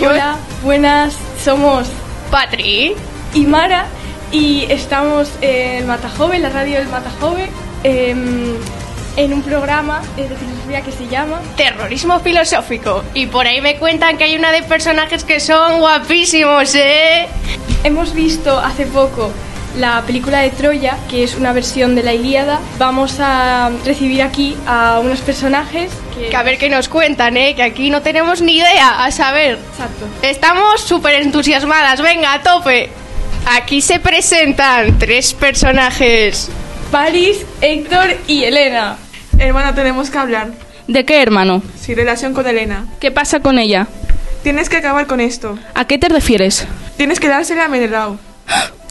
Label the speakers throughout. Speaker 1: Hola, buenas, somos Patri y Mara y estamos en Matajove, la radio del Matajove, em, en un programa eh, de filosofía que se llama
Speaker 2: Terrorismo filosófico. Y por ahí me cuentan que hay una de personajes que son guapísimos, ¿eh?
Speaker 1: Hemos visto hace poco la película de Troya, que es una versión de la Ilíada. Vamos a recibir aquí a unos personajes que...
Speaker 2: Que a ver qué nos cuentan, ¿eh? Que aquí no tenemos ni idea, a saber.
Speaker 1: Exacto.
Speaker 2: Estamos súper entusiasmadas, venga, a tope. Aquí se presentan tres personajes.
Speaker 1: París, Héctor y Elena.
Speaker 3: Hermana, tenemos que hablar.
Speaker 4: ¿De qué, hermano?
Speaker 3: Si relación con Elena.
Speaker 4: ¿Qué pasa con ella?
Speaker 3: Tienes que acabar con esto.
Speaker 4: ¿A qué te refieres?
Speaker 3: Tienes que dársela a Menelao.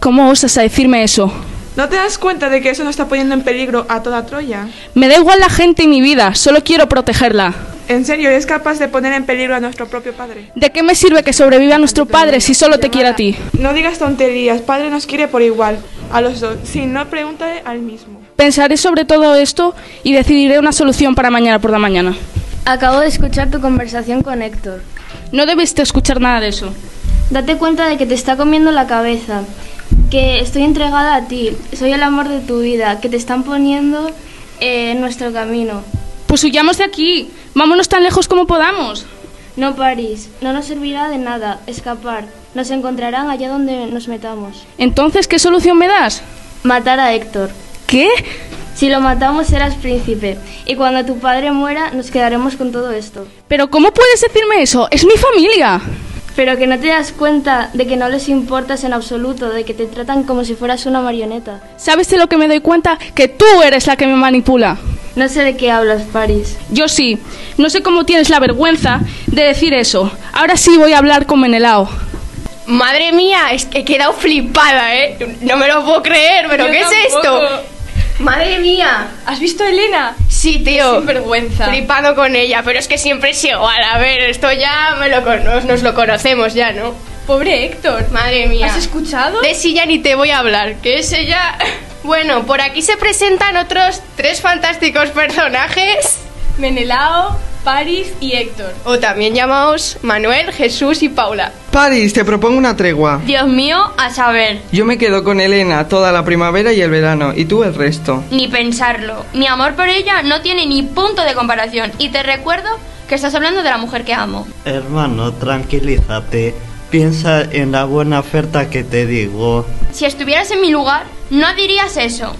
Speaker 4: ¿Cómo osas a decirme eso?
Speaker 3: ¿No te das cuenta de que eso no está poniendo en peligro a toda Troya?
Speaker 4: Me da igual la gente y mi vida, solo quiero protegerla.
Speaker 3: ¿En serio eres capaz de poner en peligro a nuestro propio padre?
Speaker 4: ¿De qué me sirve que sobreviva nuestro padre si solo te quiere a ti?
Speaker 3: No digas tonterías, padre nos quiere por igual, a los dos. Si no, pregúntale al mismo.
Speaker 4: Pensaré sobre todo esto y decidiré una solución para mañana por la mañana.
Speaker 5: Acabo de escuchar tu conversación con Héctor.
Speaker 4: No debiste escuchar nada de eso.
Speaker 5: Date cuenta de que te está comiendo la cabeza, que estoy entregada a ti, soy el amor de tu vida, que te están poniendo eh, en nuestro camino.
Speaker 4: Pues huyamos de aquí, vámonos tan lejos como podamos.
Speaker 5: No, París, no nos servirá de nada escapar. Nos encontrarán allá donde nos metamos.
Speaker 4: Entonces, ¿qué solución me das?
Speaker 5: Matar a Héctor.
Speaker 4: ¿Qué?
Speaker 5: Si lo matamos serás príncipe y cuando tu padre muera nos quedaremos con todo esto.
Speaker 4: ¿Pero cómo puedes decirme eso? Es mi familia.
Speaker 5: Pero que no te das cuenta de que no les importas en absoluto, de que te tratan como si fueras una marioneta.
Speaker 4: ¿Sabes de lo que me doy cuenta? Que tú eres la que me manipula.
Speaker 5: No sé de qué hablas, París.
Speaker 4: Yo sí. No sé cómo tienes la vergüenza de decir eso. Ahora sí voy a hablar con Menelao.
Speaker 2: Madre mía, es que he quedado flipada, ¿eh? No me lo puedo creer, pero
Speaker 1: Yo
Speaker 2: ¿qué es
Speaker 1: tampoco.
Speaker 2: esto? Madre mía.
Speaker 1: ¿Has visto a Elena?
Speaker 2: Sí, tío.
Speaker 1: Sin vergüenza.
Speaker 2: Flipando con ella, pero es que siempre es igual. A ver, esto ya me lo cono- nos lo conocemos ya, ¿no?
Speaker 1: Pobre Héctor.
Speaker 2: Madre mía.
Speaker 1: ¿Has escuchado?
Speaker 2: De ese ya ni te voy a hablar, que ese ya... Bueno, por aquí se presentan otros tres fantásticos personajes,
Speaker 1: Menelao, París y Héctor.
Speaker 2: o también llamados Manuel, Jesús y Paula.
Speaker 6: París, te propongo una tregua.
Speaker 7: Dios mío, a saber,
Speaker 6: Yo me quedo con Elena toda la primavera y el verano, y tú el resto.
Speaker 7: ni pensarlo. Mi amor por ella no tiene ni punto de comparación. Y te recuerdo que estás hablando de la mujer que amo.
Speaker 8: Hermano, tranquilízate. Piensa en la buena oferta que te digo.
Speaker 7: Si estuvieras en mi lugar, no dirías eso.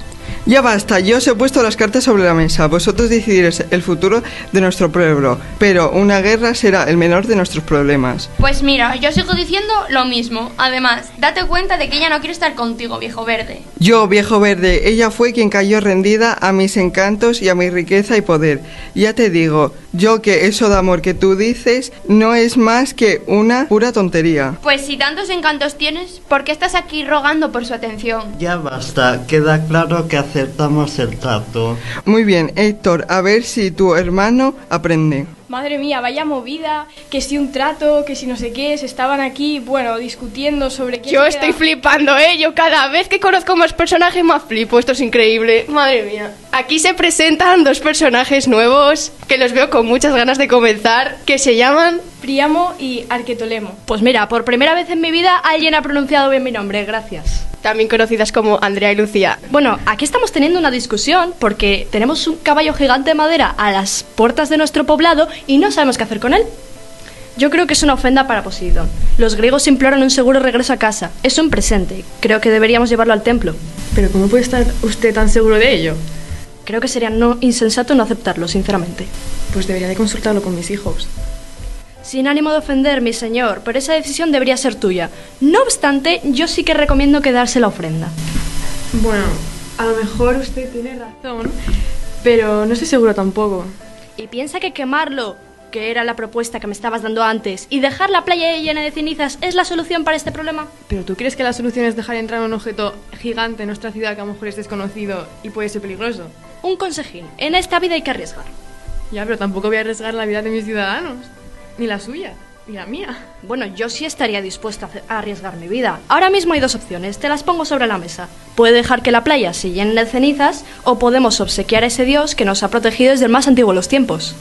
Speaker 6: Ya basta, yo os he puesto las cartas sobre la mesa. Vosotros decidiréis el futuro de nuestro pueblo, pero una guerra será el menor de nuestros problemas.
Speaker 7: Pues mira, yo sigo diciendo lo mismo. Además, date cuenta de que ella no quiere estar contigo, viejo verde.
Speaker 6: Yo, viejo verde, ella fue quien cayó rendida a mis encantos y a mi riqueza y poder. Ya te digo, yo que eso de amor que tú dices no es más que una pura tontería.
Speaker 7: Pues si tantos encantos tienes, ¿por qué estás aquí rogando por su atención?
Speaker 8: Ya basta, queda claro que aceptamos el trato.
Speaker 6: Muy bien, Héctor, a ver si tu hermano aprende.
Speaker 1: Madre mía, vaya movida, que si un trato, que si no sé qué, se estaban aquí, bueno, discutiendo sobre qué...
Speaker 2: Yo estoy flipando, ¿eh? Yo cada vez que conozco más personajes más flipo, esto es increíble. Madre mía. Aquí se presentan dos personajes nuevos que los veo con muchas ganas de comenzar, que se llaman...
Speaker 1: Priamo y Arquetolemo.
Speaker 9: Pues mira, por primera vez en mi vida alguien ha pronunciado bien mi nombre, gracias.
Speaker 2: También conocidas como Andrea y Lucía.
Speaker 9: Bueno, aquí estamos teniendo una discusión porque tenemos un caballo gigante de madera a las puertas de nuestro poblado y no sabemos qué hacer con él. Yo creo que es una ofenda para Poseidón. Los griegos imploran un seguro regreso a casa. Es un presente. Creo que deberíamos llevarlo al templo.
Speaker 10: Pero ¿cómo puede estar usted tan seguro de ello?
Speaker 9: Creo que sería no insensato no aceptarlo, sinceramente.
Speaker 10: Pues debería de consultarlo con mis hijos.
Speaker 9: Sin ánimo de ofender, mi señor, pero esa decisión debería ser tuya. No obstante, yo sí que recomiendo quedarse la ofrenda.
Speaker 10: Bueno, a lo mejor usted tiene razón, pero no estoy seguro tampoco.
Speaker 9: Y piensa que quemarlo, que era la propuesta que me estabas dando antes, y dejar la playa llena de cenizas es la solución para este problema.
Speaker 10: ¿Pero tú crees que la solución es dejar entrar un objeto gigante en nuestra ciudad que a lo mejor es desconocido y puede ser peligroso?
Speaker 9: Un consejín, en esta vida hay que arriesgar.
Speaker 10: Ya, pero tampoco voy a arriesgar la vida de mis ciudadanos. Ni la suya, ni la mía.
Speaker 9: Bueno, yo sí estaría dispuesta a hacer- a arriesgar mi vida. Ahora mismo hay dos opciones, te las pongo sobre la mesa. Puede dejar que la playa se llene de cenizas o podemos obsequiar a ese dios que nos ha protegido desde el más antiguo de los tiempos.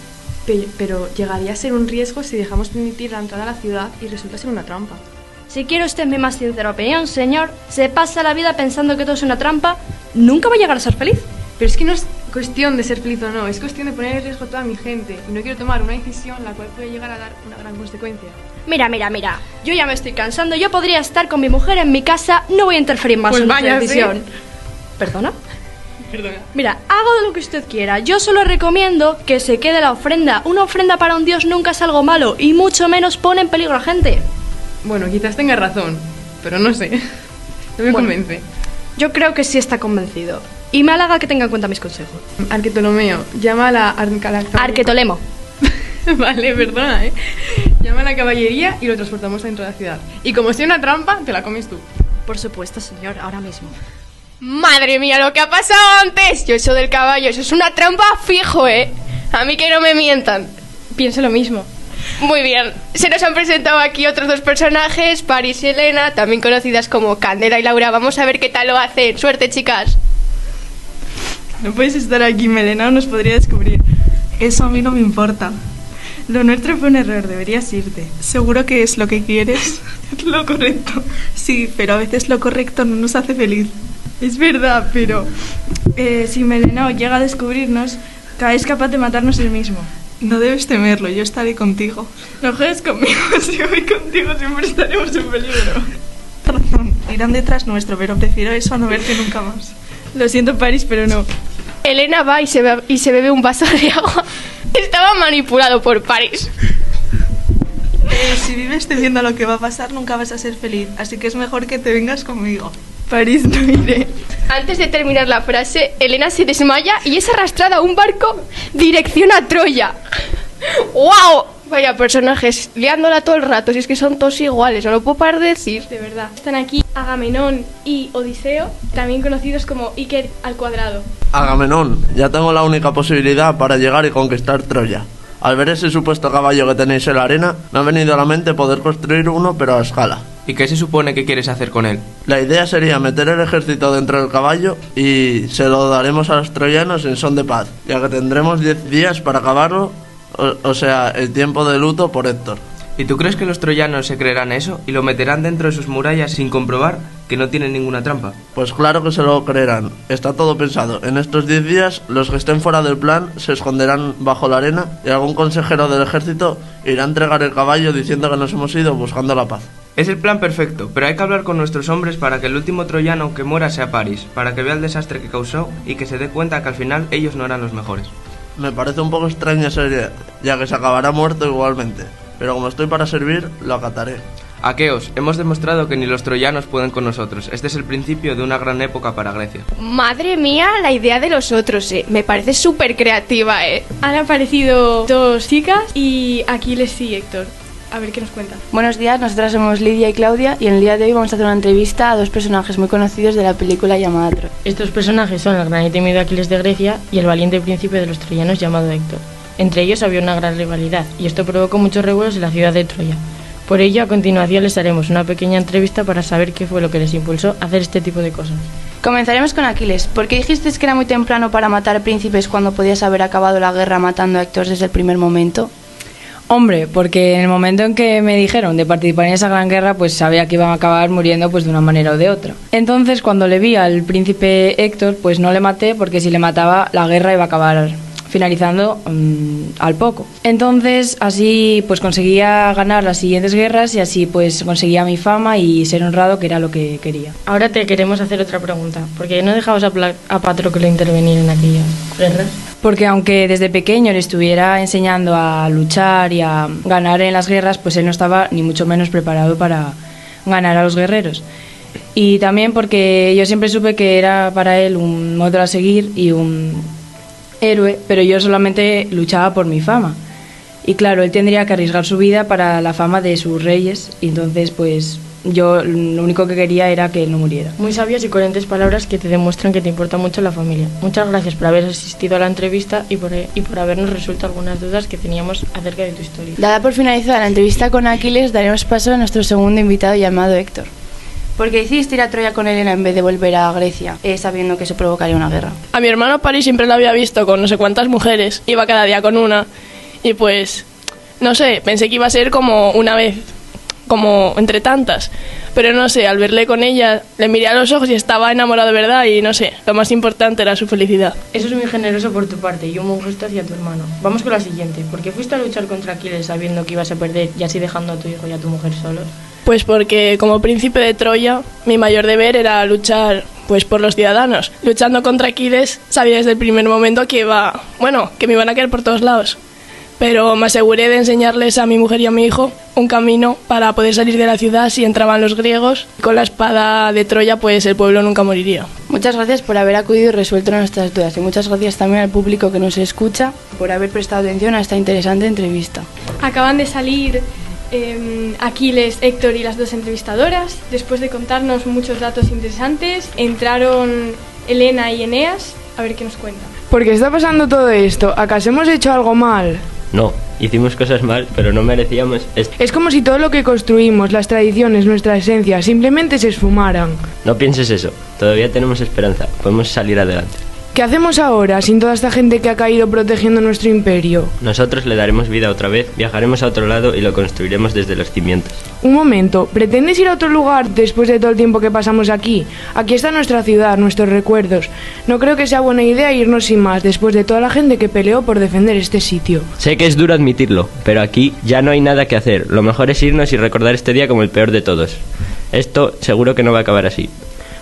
Speaker 10: Pe- Pero llegaría a ser un riesgo si dejamos permitir la entrada a la ciudad Ah, y resulta ser una trampa.
Speaker 9: Si quiere usted mi más sincera opinión, señor, se pasa la vida pensando que todo es una trampa, nunca va a llegar a ser feliz.
Speaker 10: Pero es que no es cuestión de ser feliz o no, es cuestión de poner en riesgo a toda mi gente y no quiero tomar una decisión la cual puede llegar a dar una gran consecuencia.
Speaker 9: Mira, mira, mira, yo ya me estoy cansando, yo podría estar con mi mujer en mi casa, no voy a interferir más
Speaker 10: Pues
Speaker 9: en nuestra
Speaker 10: váyase.
Speaker 9: decisión. ¿Perdona?
Speaker 10: Perdona.
Speaker 9: Mira, hago lo que usted quiera. Yo solo recomiendo que se quede la ofrenda. Una ofrenda para un dios nunca es algo malo y mucho menos pone en peligro a gente.
Speaker 10: Bueno, quizás tenga razón, pero no sé. No me
Speaker 9: Bueno.
Speaker 10: convence.
Speaker 9: Yo creo que sí está convencido. Y me halaga que tenga en cuenta mis consejos.
Speaker 10: Arquetolomeo, llama a la...
Speaker 9: Arquetolemo.
Speaker 10: vale, perdona, ¿eh? Llama a la caballería y lo transportamos dentro de la ciudad. Y como sea una trampa, te la comes tú.
Speaker 9: Por supuesto, señor, ahora mismo.
Speaker 2: Madre mía, lo que ha pasado antes. Yo eso del caballo, eso es una trampa fijo, ¿eh? A mí que no me mientan. Pienso lo mismo. Muy bien, se nos han presentado aquí otros dos personajes, Paris y Elena, también conocidas como Candela y Laura. Vamos a ver qué tal lo hacen. Suerte, chicas.
Speaker 11: No puedes estar aquí, Melena, o nos podría descubrir. Eso a mí no me importa. Lo nuestro fue un error, deberías irte. Seguro que es lo que quieres. lo correcto. Sí, pero a veces lo correcto no nos hace feliz. Es verdad, pero
Speaker 3: Eh, si Melena os llega a descubrirnos, caéis capaz de matarnos el mismo.
Speaker 11: no debes temerlo, yo estaré contigo.
Speaker 3: No juegues conmigo, si voy contigo siempre estaremos en peligro.
Speaker 11: Irán detrás nuestro, pero prefiero eso a no verte nunca más.
Speaker 3: Lo siento, París, pero no.
Speaker 2: Elena va y se, be- y se bebe un vaso de agua. Estaba manipulado por Paris.
Speaker 11: Eh, si vives temiendo lo que va a pasar, nunca vas a ser feliz, así que es mejor que te vengas conmigo.
Speaker 2: París no iré. Antes de terminar la frase, Elena se desmaya y es arrastrada a un barco dirección a Troya. ¡Wow! Vaya personajes, liándola todo el rato, si es que son todos iguales, no lo puedo parar de decir.
Speaker 1: De verdad. Están aquí Agamenón y Odiseo, también conocidos como Iker al cuadrado.
Speaker 12: Agamenón, ya tengo la única posibilidad para llegar y conquistar Troya. Al ver ese supuesto caballo que tenéis en la arena, me ha venido a la mente poder construir uno pero a escala.
Speaker 13: ¿Y qué se supone que quieres hacer con él?
Speaker 12: La idea sería meter el ejército dentro del caballo y se lo daremos a los troyanos en son de paz, ya que tendremos 10 días para acabarlo, o, o sea, el tiempo de luto por Héctor.
Speaker 13: ¿Y tú crees que los troyanos se creerán eso y lo meterán dentro de sus murallas sin comprobar que no tienen ninguna trampa?
Speaker 12: Pues claro que se lo creerán, está todo pensado. En estos 10 días, los que estén fuera del plan se esconderán bajo la arena y algún consejero del ejército irá a entregar el caballo diciendo que nos hemos ido buscando la paz.
Speaker 13: Es el plan perfecto, pero hay que hablar con nuestros hombres para que el último troyano que muera sea París, para que vea el desastre que causó y que se dé cuenta que al final ellos no eran los mejores.
Speaker 12: Me parece un poco extraña esa idea, ya que se acabará muerto igualmente, pero como estoy para servir, lo acataré.
Speaker 13: Aqueos, hemos demostrado que ni los troyanos pueden con nosotros. Este es el principio de una gran época para Grecia.
Speaker 2: Madre mía, la idea de los otros, eh. Me parece súper creativa, eh.
Speaker 1: Han aparecido dos chicas y aquí les sigue Héctor. A ver qué nos cuenta.
Speaker 14: Buenos días, nosotras somos Lidia y Claudia y en el día de hoy vamos a hacer una entrevista a dos personajes muy conocidos de la película llamada Troya.
Speaker 15: Estos personajes son el gran y temido Aquiles de Grecia y el valiente príncipe de los troyanos llamado Héctor. Entre ellos había una gran rivalidad y esto provocó muchos revuelos en la ciudad de Troya. Por ello, a continuación les haremos una pequeña entrevista para saber qué fue lo que les impulsó a hacer este tipo de cosas.
Speaker 14: Comenzaremos con Aquiles. ¿Por qué dijiste que era muy temprano para matar príncipes cuando podías haber acabado la guerra matando a Héctor desde el primer momento?
Speaker 16: Hombre, porque en el momento en que me dijeron de participar en esa gran guerra, pues sabía que iban a acabar muriendo pues de una manera o de otra. Entonces, cuando le vi al príncipe Héctor, pues no le maté porque si le mataba la guerra iba a acabar finalizando mm, al poco. Entonces, así pues conseguía ganar las siguientes guerras y así pues conseguía mi fama y ser honrado, que era lo que quería.
Speaker 15: Ahora te queremos hacer otra pregunta, porque no dejabas a, Pla- a Patroclo intervenir en aquella guerra.
Speaker 16: Porque aunque desde pequeño le estuviera enseñando a luchar y a ganar en las guerras, pues él no estaba ni mucho menos preparado para ganar a los guerreros. Y también porque yo siempre supe que era para él un modelo a seguir y un héroe, pero yo solamente luchaba por mi fama. Y claro, él tendría que arriesgar su vida para la fama de sus reyes, y entonces pues yo lo único que quería era que él no muriera.
Speaker 15: Muy sabias y coherentes palabras que te demuestran que te importa mucho la familia. Muchas gracias por haber asistido a la entrevista y por, y por habernos resuelto algunas dudas que teníamos acerca de tu historia.
Speaker 14: Dada por finalizada la entrevista con Aquiles, daremos paso a nuestro segundo invitado llamado Héctor. ¿Por qué decidiste ir a Troya con Helena en vez de volver a Grecia, eh, sabiendo que eso provocaría una guerra?
Speaker 17: A mi hermano París siempre lo había visto con no sé cuántas mujeres, iba cada día con una. Y pues, no sé, pensé que iba a ser como una vez, como entre tantas. Pero no sé, al verle con ella, le miré a los ojos y estaba enamorado de verdad y no sé, lo más importante era su felicidad.
Speaker 15: Eso es muy generoso por tu parte y un buen gesto hacia tu hermano. Vamos con la siguiente. ¿Por qué fuiste a luchar contra Aquiles sabiendo que ibas a perder y así dejando a tu hijo y a tu mujer solos?
Speaker 17: Pues porque como príncipe de Troya, mi mayor deber era luchar pues por los ciudadanos. Luchando contra Aquiles, sabía desde el primer momento que iba, bueno, que me iban a caer por todos lados. Pero me aseguré de enseñarles a mi mujer y a mi hijo un camino para poder salir de la ciudad si entraban los griegos. Con la espada de Troya, pues el pueblo nunca moriría.
Speaker 16: Muchas gracias por haber acudido y resuelto nuestras dudas y muchas gracias también al público que nos escucha por haber prestado atención a esta interesante entrevista.
Speaker 18: Acaban de salir eh, Aquiles, Héctor y las dos entrevistadoras. Después de contarnos muchos datos interesantes, entraron Elena y Eneas. A ver qué nos cuentan.
Speaker 19: ¿Por qué está pasando todo esto? ¿Acaso hemos hecho algo mal?
Speaker 20: No, hicimos cosas mal, pero no merecíamos esto.
Speaker 19: Es como si todo lo que construimos, las tradiciones, nuestra esencia, simplemente se esfumaran.
Speaker 20: No pienses eso, todavía tenemos esperanza, podemos salir adelante.
Speaker 19: ¿Qué hacemos ahora sin toda esta gente que ha caído protegiendo nuestro imperio?
Speaker 20: Nosotros le daremos vida otra vez, viajaremos a otro lado y lo construiremos desde los cimientos.
Speaker 19: Un momento, ¿pretendes ir a otro lugar después de todo el tiempo que pasamos aquí? Aquí está nuestra ciudad, nuestros recuerdos. No creo que sea buena idea irnos sin más después de toda la gente que peleó por defender este sitio.
Speaker 20: Sé que es duro admitirlo, pero aquí ya no hay nada que hacer. Lo mejor es irnos y recordar este día como el peor de todos. Esto seguro que no va a acabar así.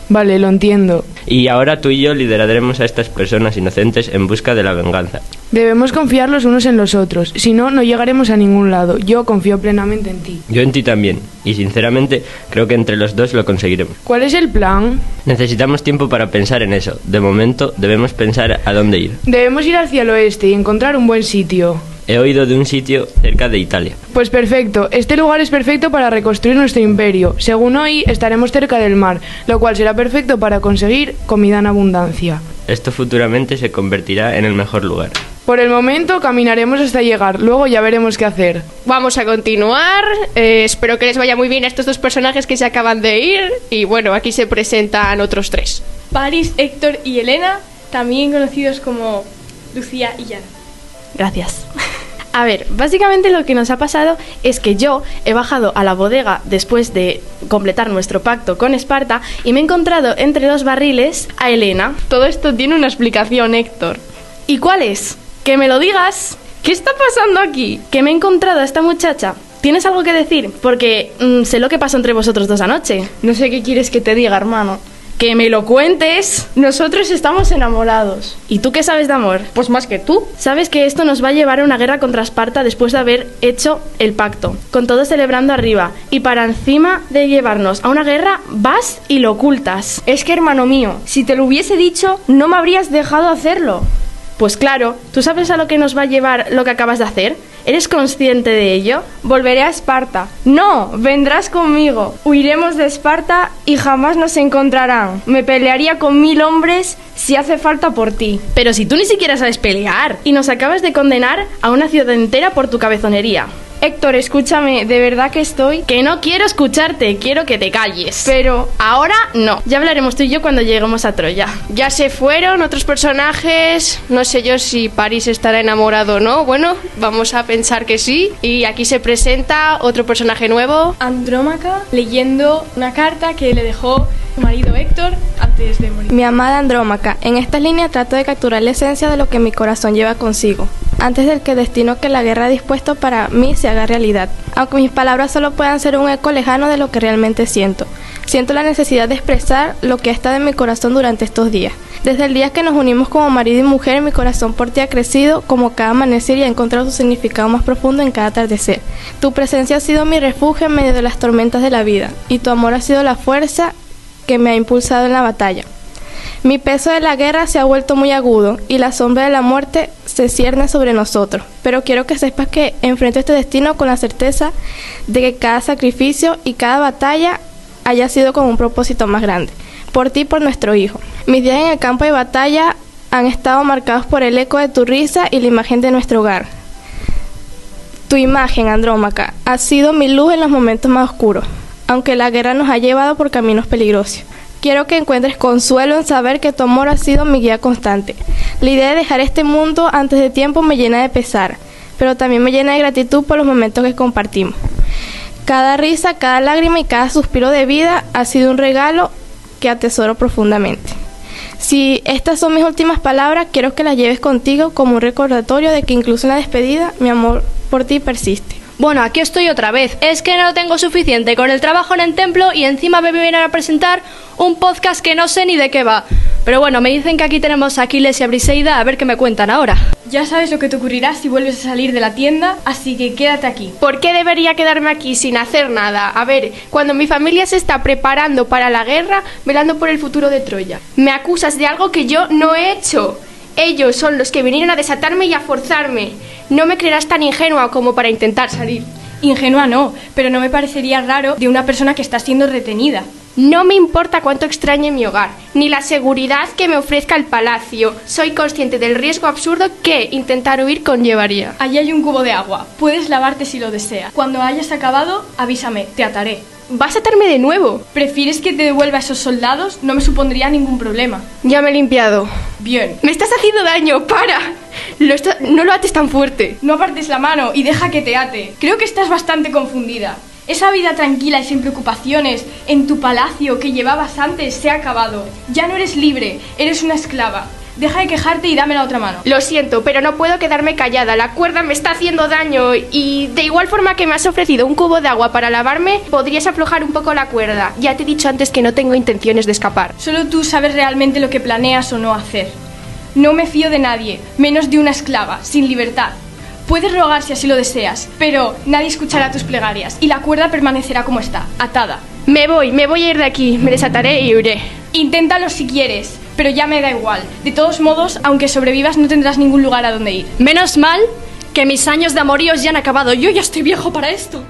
Speaker 19: Vale, lo entiendo.
Speaker 20: Y ahora tú y yo lideraremos a estas personas inocentes en busca de la venganza.
Speaker 19: Debemos confiar los unos en los otros, si no, no llegaremos a ningún lado. Yo confío plenamente en ti.
Speaker 20: Yo en ti también, y sinceramente creo que entre los dos lo conseguiremos.
Speaker 19: ¿Cuál es el plan?
Speaker 20: Necesitamos tiempo para pensar en eso. De momento debemos pensar a dónde ir.
Speaker 19: Debemos ir hacia el oeste y encontrar un buen sitio.
Speaker 20: He oído de un sitio cerca de Italia.
Speaker 19: Pues perfecto, este lugar es perfecto para reconstruir nuestro imperio. Según hoy, estaremos cerca del mar, lo cual será perfecto para conseguir comida en abundancia.
Speaker 20: Esto futuramente se convertirá en el mejor lugar.
Speaker 19: Por el momento caminaremos hasta llegar, luego ya veremos qué hacer.
Speaker 21: Vamos a continuar. eh, espero que les vaya muy bien a estos dos personajes que se acaban de ir. Y bueno, aquí se presentan otros tres.
Speaker 18: París, Héctor y Elena, también conocidos como Lucía y Yara.
Speaker 2: Gracias. A ver, básicamente lo que nos ha pasado es que yo he bajado a la bodega después de completar nuestro pacto con Esparta y me he encontrado entre los barriles a Elena. Todo esto tiene una explicación, Héctor. ¿Y cuál es? Que me lo digas. ¿Qué está pasando aquí? Que me he encontrado a esta muchacha. ¿Tienes algo que decir? Porque mm, sé lo que pasó entre vosotros dos anoche. No sé qué quieres que te diga, hermano. Que me lo cuentes. Nosotros estamos enamorados. ¿Y tú qué sabes de amor? Pues más que tú. Sabes que esto nos va a llevar a una guerra contra Esparta después de haber hecho el pacto, con todo celebrando arriba. Y para encima de llevarnos a una guerra, vas y lo ocultas. Es que, hermano mío, si te lo hubiese dicho, no me habrías dejado hacerlo. Pues claro, ¿tú sabes a lo que nos va a llevar lo que acabas de hacer? ¿Eres consciente de ello? Volveré a Esparta. No, vendrás conmigo. Huiremos de Esparta y jamás nos encontrarán. Me pelearía con mil hombres si hace falta por ti. Pero si tú ni siquiera sabes pelear. Y nos acabas de condenar a una ciudad entera por tu cabezonería. Héctor, escúchame, de verdad que estoy... Que no quiero escucharte, quiero que te calles. Pero ahora no. Ya hablaremos tú y yo cuando lleguemos a Troya.
Speaker 21: Ya se fueron otros personajes. No sé yo si París estará enamorado o no. Bueno, vamos a pensar que sí. Y aquí se presenta otro personaje nuevo.
Speaker 18: Andrómaca leyendo una carta que le dejó su marido Héctor antes de morir.
Speaker 22: Mi amada Andrómaca, en estas líneas trato de capturar la esencia de lo que mi corazón lleva consigo, antes del que el destino que la guerra ha dispuesto para mí se haga realidad, aunque mis palabras solo puedan ser un eco lejano de lo que realmente siento. Siento la necesidad de expresar lo que ha estado en mi corazón durante estos días. Desde el día que nos unimos como marido y mujer, mi corazón por ti ha crecido como cada amanecer y ha encontrado su significado más profundo en cada atardecer. Tu presencia ha sido mi refugio en medio de las tormentas de la vida, y tu amor ha sido la fuerza que me ha impulsado en la batalla. Mi peso de la guerra se ha vuelto muy agudo y la sombra de la muerte se cierne sobre nosotros, pero quiero que sepas que enfrento este destino con la certeza de que cada sacrificio y cada batalla haya sido con un propósito más grande, por ti y por nuestro hijo. Mis días en el campo de batalla han estado marcados por el eco de tu risa y la imagen de nuestro hogar. Tu imagen, Andrómaca, ha sido mi luz en los momentos más oscuros aunque la guerra nos ha llevado por caminos peligrosos. Quiero que encuentres consuelo en saber que tu amor ha sido mi guía constante. La idea de dejar este mundo antes de tiempo me llena de pesar,
Speaker 23: pero también me llena de gratitud por los momentos que compartimos. Cada risa, cada lágrima y cada suspiro de vida ha sido un regalo que atesoro profundamente. Si estas son mis últimas palabras, quiero que las lleves contigo como un recordatorio de que incluso en la despedida mi amor por ti persiste.
Speaker 9: Bueno, aquí estoy otra vez. Es que no tengo suficiente con el trabajo en el templo y encima me vienen a presentar un podcast que no sé ni de qué va. Pero bueno, me dicen que aquí tenemos a Aquiles y a Briseida, a ver qué me cuentan ahora.
Speaker 1: Ya sabes lo que te ocurrirá si vuelves a salir de la tienda, así que quédate aquí.
Speaker 2: ¿Por qué debería quedarme aquí sin hacer nada? A ver, cuando mi familia se está preparando para la guerra, velando por el futuro de Troya. Me acusas de algo que yo no he hecho. Ellos son los que vinieron a desatarme y a forzarme. No me creerás tan ingenua como para intentar salir.
Speaker 1: Ingenua no, pero no me parecería raro de una persona que está siendo retenida.
Speaker 2: No me importa cuánto extrañe mi hogar, ni la seguridad que me ofrezca el palacio. Soy consciente del riesgo absurdo que intentar huir conllevaría.
Speaker 1: Allí hay un cubo de agua. Puedes lavarte si lo deseas. Cuando hayas acabado, avísame, te ataré.
Speaker 2: ¿Vas a atarme de nuevo?
Speaker 1: ¿Prefieres que te devuelva a esos soldados? No me supondría ningún problema.
Speaker 2: Ya me he limpiado.
Speaker 1: Bien.
Speaker 2: Me estás haciendo daño, para. Lo está- No lo ates tan fuerte.
Speaker 1: No apartes la mano y deja que te ate. Creo que estás bastante confundida. Esa vida tranquila y sin preocupaciones en tu palacio que llevabas antes se ha acabado. Ya no eres libre, eres una esclava. Deja de quejarte y dame la otra mano.
Speaker 2: Lo siento, pero no puedo quedarme callada. La cuerda me está haciendo daño y de igual forma que me has ofrecido un cubo de agua para lavarme, podrías aflojar un poco la cuerda. Ya te he dicho antes que no tengo intenciones de escapar.
Speaker 1: Solo tú sabes realmente lo que planeas o no hacer. No me fío de nadie, menos de una esclava, sin libertad. Puedes rogar si así lo deseas, pero nadie escuchará tus plegarias y la cuerda permanecerá como está, atada.
Speaker 2: Me voy, me voy a ir de aquí, me desataré y huiré.
Speaker 1: Inténtalo si quieres, pero ya me da igual. De todos modos, aunque sobrevivas, no tendrás ningún lugar a donde ir.
Speaker 9: Menos mal que mis años de amoríos ya han acabado. Yo ya estoy viejo para esto.